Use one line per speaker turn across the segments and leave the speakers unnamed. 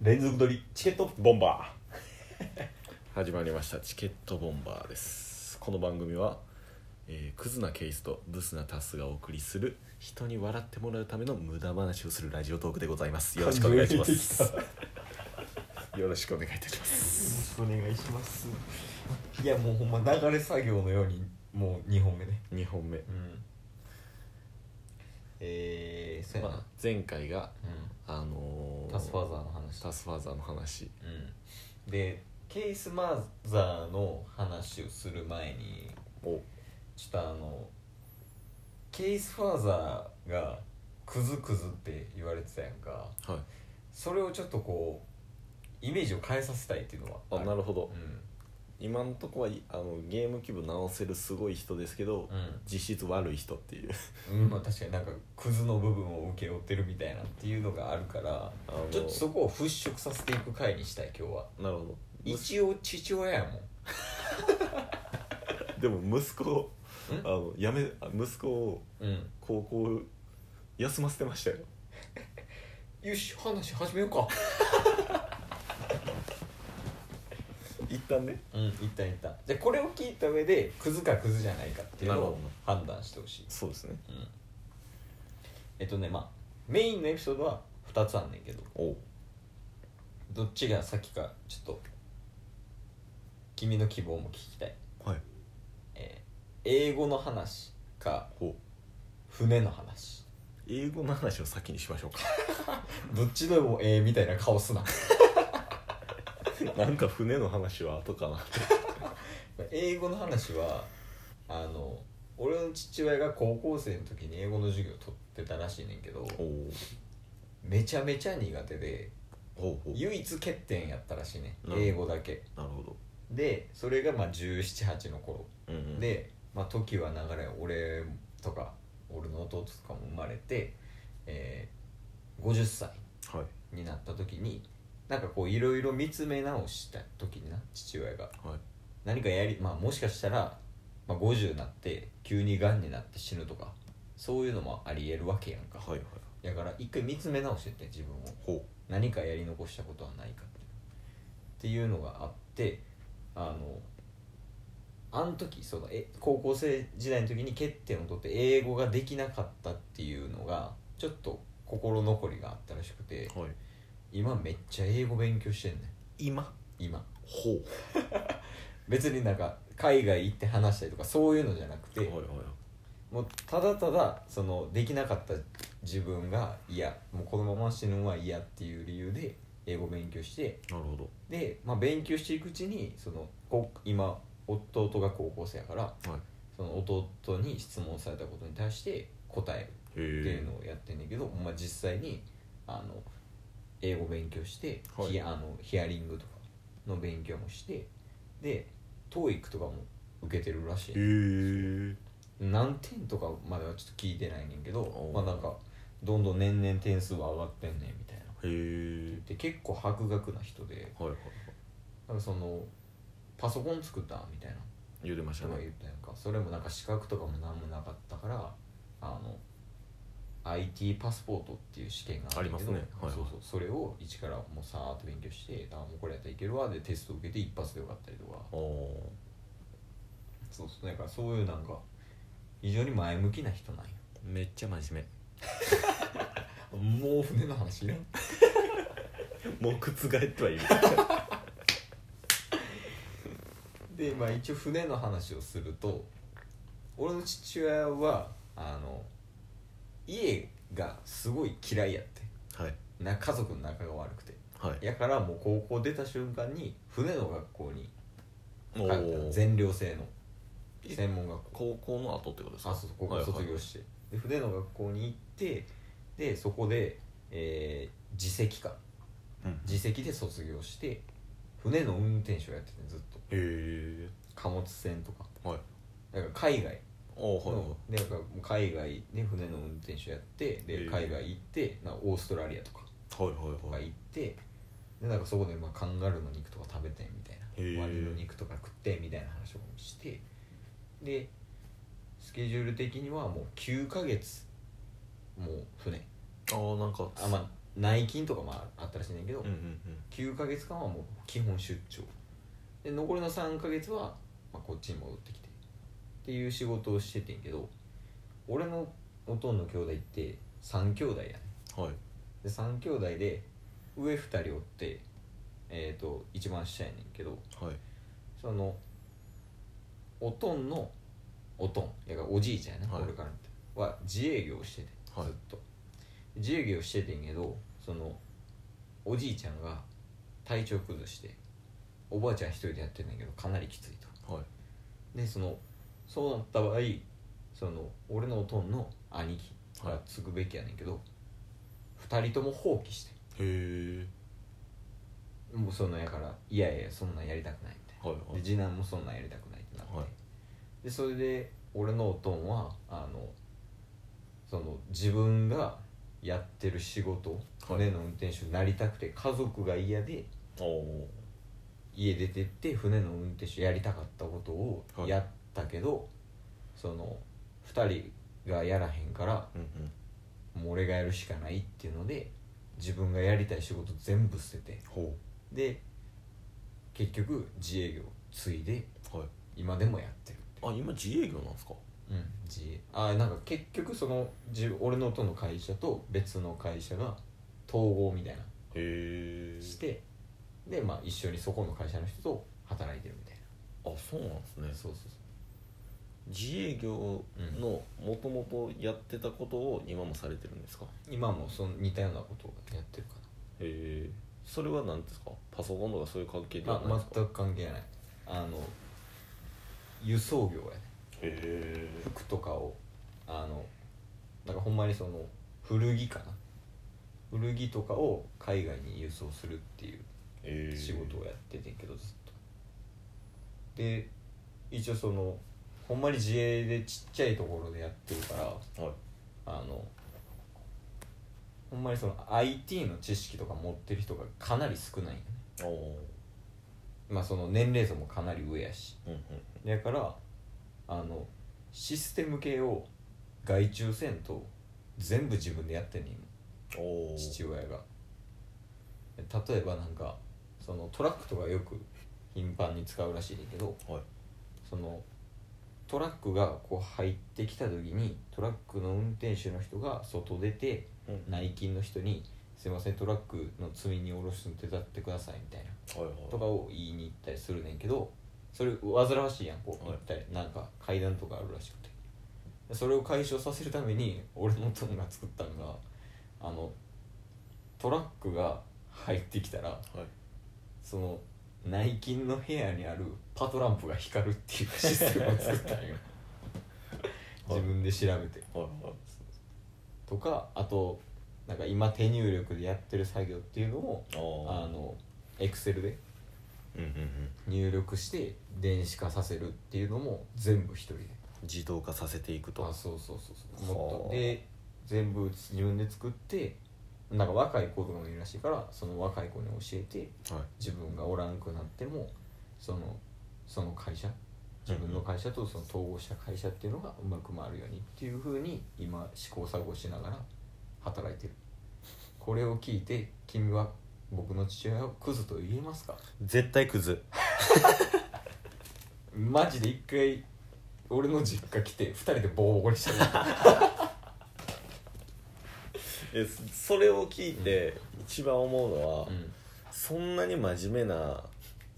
連続撮りチケットボンバ
始まりましたチケットボンバーですこの番組は、えークズなケースとブスなタスがお送りする人に笑ってもらうための無駄話をするラジオトークでございます
ー
よろしくお願いしま
感じ
す
が出てき
よろしくお願いいたします
たお願いしますいやもうほんま流れ作業のようにもう2本目ね
2本目
うんえー、そうや
ま
な、
あ前回が
う
あの
ん、
ー
タスファーザーの話
タスファーザーの話
うんでケースマザーの話をする前に
を
ちょっとあのケースファーザーがクズクズって言われてたやんか
はい
それをちょっとこうイメージを変えさせたいっていうのは
あなる
ほ
ほど
うん
今のとこはいあのゲーム気分直せるすごい人ですけど、実質悪い人っていう
うん、まあ、確かになんかクズの部分を請け負ってるみたいなっていうのがあるから
あの
ちょっとそこを払拭させていく回にしたい今日は
なるほど
一応父親やもん
でも息子を
ん
あのやめあ息子を
うん
高校休ませてましたよ
よし話始めようか
一旦ね
うんいったいったじゃあこれを聞いた上でクズかクズじゃないかっていうの
なる
を
ほ
判断してほしい
そうですね
うんえっとねまあメインのエピソードは2つあんねんけど
おう
どっちが先かちょっと君の希望も聞きたい、
はい
えー英語の話か
おう
船の話
英語の話を先にしましょう
どっちでもええみたいな顔すな
か なんか船の話は後かなって
英語の話はあの俺の父親が高校生の時に英語の授業を取ってたらしいねんけど
おう
めちゃめちゃ苦手で
おうおう
唯一欠点やったらしいね
うん
英語だけ
なるほど
でそれがまあ1718の頃
うんうん
で、まあ、時は流れ俺とか俺の弟とかも生まれて、えー50歳
はい
になった時になんかこういろいろ見つめ直した時にな父親が
はい
何かやり、まあ、もしかしたら、まあ、50になって急にがんになって死ぬとかそういうのもありえるわけやんか、
はいはい
だから一回見つめ直してって自分を
ほう
何かやり残したことはないかっていうのがあってあのあの時そのえ高校生時代の時に欠点を取って英語ができなかったっていうのがちょっと心残りがあったらしくて
はい
今めっちゃ英語勉強してんねん
今
今
ほう
別になんか海外行って話したりとかそういうのじゃなくて、
はいはい
もうただただそのできなかった自分が嫌もうこのまま死ぬのは嫌っていう理由で英語勉強して
なるほど
で、まあ、勉強していくうちにそのこ今弟が高校生やから
はい
その弟に質問されたことに対して答え
へ
るっていう
え
のをやってんねんけど、まあ、実際にあの英語勉強して、
はい
ヒアあのヒアリングとかの勉強もしてで TOEIC とかも受けてるらしい、
へえ
何点とかまではちょっと聞いてないねんけど
おう
まあなんかどんどん年々点数は上がってんねんみたいな
へえ
で結構博学な人で
はいはいはい
なんかそのパソコン作ったみたいな
言うてまし
人
た
が
ね
言ったやんかそれもなんか資格とかも何もなかったからあの IT パスポートっていう試験があるんだけど
ありますねはいはい
そうそうそれを一からもうさーっと勉強してあもうこれやったらいけるわでテスト受けて一発でよかったりとか
おお
そうそうなんかそういうなんか非常に前向きな人なんよ
ーめっちゃ真面
もう船の話いらん
目もう覆ってはいる
でまあ一応船の話をすると俺の父親はあの家がすごい嫌いやって
はい
な家族の仲が悪くて
はい
やからもう高校出た瞬間に船の学校に通
お
った
お
の全寮制の専門学校
高校の後ってことですか
あそうそう高校卒業して、で船の学校に行ってでそこで、えー自責か
はいはいうん
自責で卒業して船の運転手をやっててずっと
へ
貨物船とか
えはい
だから海外
おはいはい
でなんかもう海外で船の運転手やってで
えー
海外行ってなんかオーストラリアとか
はいはい
とか
はい
行ってでなんかそこでまあカンガルーの肉とか食べてみたい
へー
なワニの肉とか食ってみたいな話をしてでスケジュール的にはもう9ヶ月もう船
ああなんか
あまあ内勤とかもあったらしいねんだけど、
うんうん
9ヶ月間はもう基本出張で残りの3ヶ月は、まあ、こっちに戻ってきてっていう仕事をしててんけど俺のおとんの兄弟って3兄弟やね
うんはい
で3兄弟で上2人おってえっ、と一番下やねんけど
はい
そのおとんのおとんやからおじいちゃんやな、
はい
俺から見ては自営業をしてて
はい
ずっと、自営業しててんけどそのおじいちゃんが体調崩しておばあちゃん一人でやってんだけどかなりきついと
はい
でそのそうなった場合その俺のおとんの兄貴が継ぐべきやねんけど、二人とも放棄して
へえ
もうそのやからいやいやそんなんやりたくないみたいな
はいは
で
い
次男もそんなんやりたくないってなって、
はい
でそれで俺のおとんはあのその自分がやってる仕事
はい
船の運転手になりたくて家族が嫌で
おお
家出てって船の運転手やりたかったことを
はい
やったけど、その2人がやらへんから
うんうん
もう俺がやるしかないっていうので自分がやりたい仕事全部捨てて
ほ
で結局自営業継いで
うはい
今でもやってる
あ今自営業なんですか
うん自営あなんか結局その自俺のとの会社と別の会社が統合みたいな
へえ
してでまあ一緒にそこの会社の人と働いてるみたい
あそうなんですね
なそうそう
自営業のもともとやってたことを今もされてるんですか
そう今もその似たようなことをやってるか
へえそれは何ですかパソコンとかそういう関係で
な
はない
あ
ですか、
全く関係ないあの輸送業やね
へ
服とかをあのなんかほんまにその古着かな古着とかを海外に輸送するっていう
え
仕事をやっててんけどずっとで一応そのほんまに自営でちっちゃいところでやってるから
はい
あのほんまにその IT の知識とか持ってる人がかなり少ないんよね
おお
まあその年齢層もかなり上やし
うんうん
だからあのシステム系を外注せんと全部自分でやってんねん今
おお
父親が例えばなんかそのトラックとかよく頻繁に使うらしいねんけど
はい
そのトラックがこう入ってきた時にトラックの運転手の人が外出て
うん
内勤の人に「すいませんトラックの積み荷下ろすの手伝ってください」みたいな
はいはい
とかを言いに行ったりするねんけどそれ煩わしいやんこう行
はい
ったり、なんか階段とかあるらしくてそれを解消させるために俺の友が作ったのがあのトラックが入ってきたら
はい
その内勤の部屋にあるパトランプが光るっていうシステムを作った んよ自分で調べて
はいはい
とかあとなんか今手入力でやってる作業っていうのを
あ
あのエクセルで
うんうんうん
入力して電子化させるっていうのも全部一人で
自動化させていくと
あそうそうそうそう
はあ
もっとで全部自分で作ってなんか若い子とかもいるらしいからその若い子に教えて
はい
自分がおらんくなってもそのその会社自分の会社とその統合した会社っていうのがうまく回るようにっていうふうに今試行錯誤しながら働いてるこれを聞いて君は僕の父親をクズと言えますか
絶対クズ
マジで一回俺の実家来て二人でボコボコにした
えそれを聞いて一番思うのは、
うん
そんなに真面目な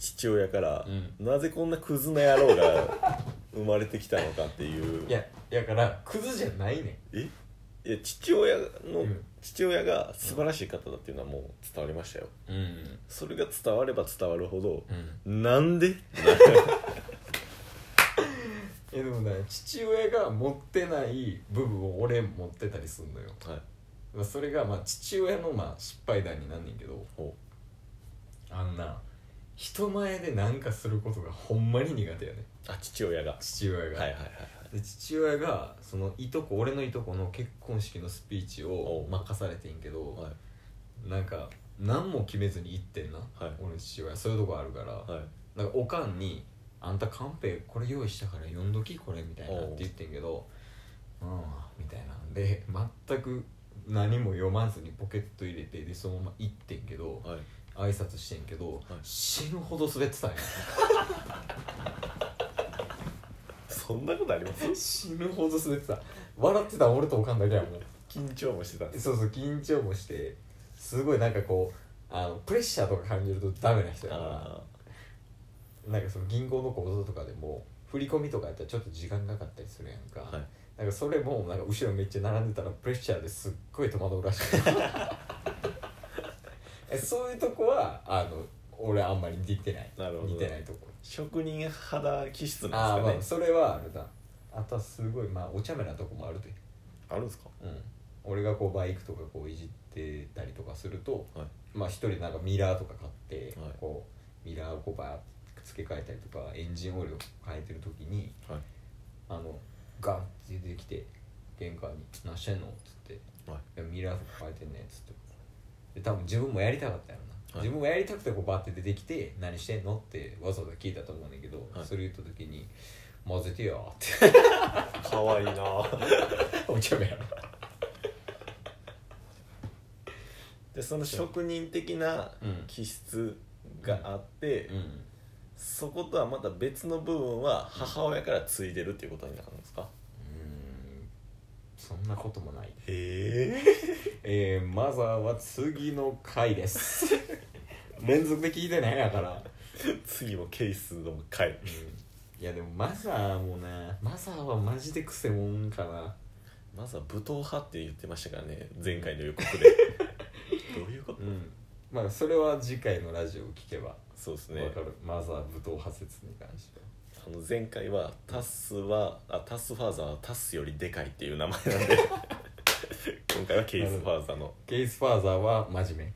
父親から、
う
なぜこんなクズな野郎が生まれてきたのかっていう
いややからクズじゃないねん
えいや父親の、
ん
父親が素晴らしい方だっていうのはもう伝わりましたよ
うん
それが伝われば伝わるほど
う、ん
なんで
えでもね父親が持ってない部分を俺持ってたりすんのよ
はい
まあそれがまあ父親のまあ失敗談になんねんけど
ほ
あんな人前でなんかすることがほんまに苦手やね
うあ父親がは
父親
い
が、
はいはいはい
で父親がそのいとこ俺のいとこの結婚式のスピーチを
おう
任されてんけど
はい
なんか何も決めずに行ってんな、
い
俺の父親そういうとこあるから、
はい
なんかおかんに「あんたカンペこれ用意したから読んどきこれ」みたいな
お
っ
う
て言ってんけど「うん」みたいなんで全く何も読まずにポケット入れてでそのまま行ってんけど
はい
挨拶してんけど、死ぬほど滑ってたん や
そんなことあります
死ぬほど滑ってた笑ってたん俺とおかんだけやもん
緊張もしてたんです
そうそう緊張もしてすごいなんかこうあのプレッシャーとか感じるとダメな人やから
あ
なんかその銀行の口座とかでも振り込みとかやったらちょっと時間かかったりするやんか、
ーはい
なんかそれもなんか後ろめっちゃ並んでたらプレッシャーですっごい戸惑うらしい えそういうとこはあの俺あんまり似てない
なるほど
似てないとこ
職人肌気質
あ
な
あ
ん
ま
で
あ
す
それはあれだあとはすごいまあお茶目なとこもあるで
かねあるんですか
うん俺がこうバイクとかこういじってたりとかすると
はい
まあ一人なんかミラーとか買って、
はい
こうミラーをこうバーって付け替えたりとかエンジンオイルを変えてる時に
はい
あのガンって出てきて玄関に「何してんの?」っつって
はい
いやミラーとか変えてんねんっつってで多分自分もやりたかったやろな、
はい
自分もやりたくてこうバッて出てきて「何してんの?」ってわざわざ聞いたと思うねんだけど、
はい
それ言った時に「混ぜてよ」って
かわいいな ぁ
お茶目やろ
でその職人的な
うん
気質があって、
うん
そことはまた別の部分は母親から継いでるっていうことになるんですか
うんそんなこともない
へ
えー、マザーは次の回です 連続で聞いてないやから
え 次もケースの回
うんいやでもマザーもなマザーはマジでクセもんかな
まずは武闘派って言ってましたから ね前回の予告でどういうこと
うんまあそれは次回のラジオを聞けばわ
そうです
か
ね
る、マザー武闘派説に関しては
あの前回はタスはあタスファーザーはタスよりでかいっていう名前な んで今回はケースファーザーの
ケースファーザーは真面目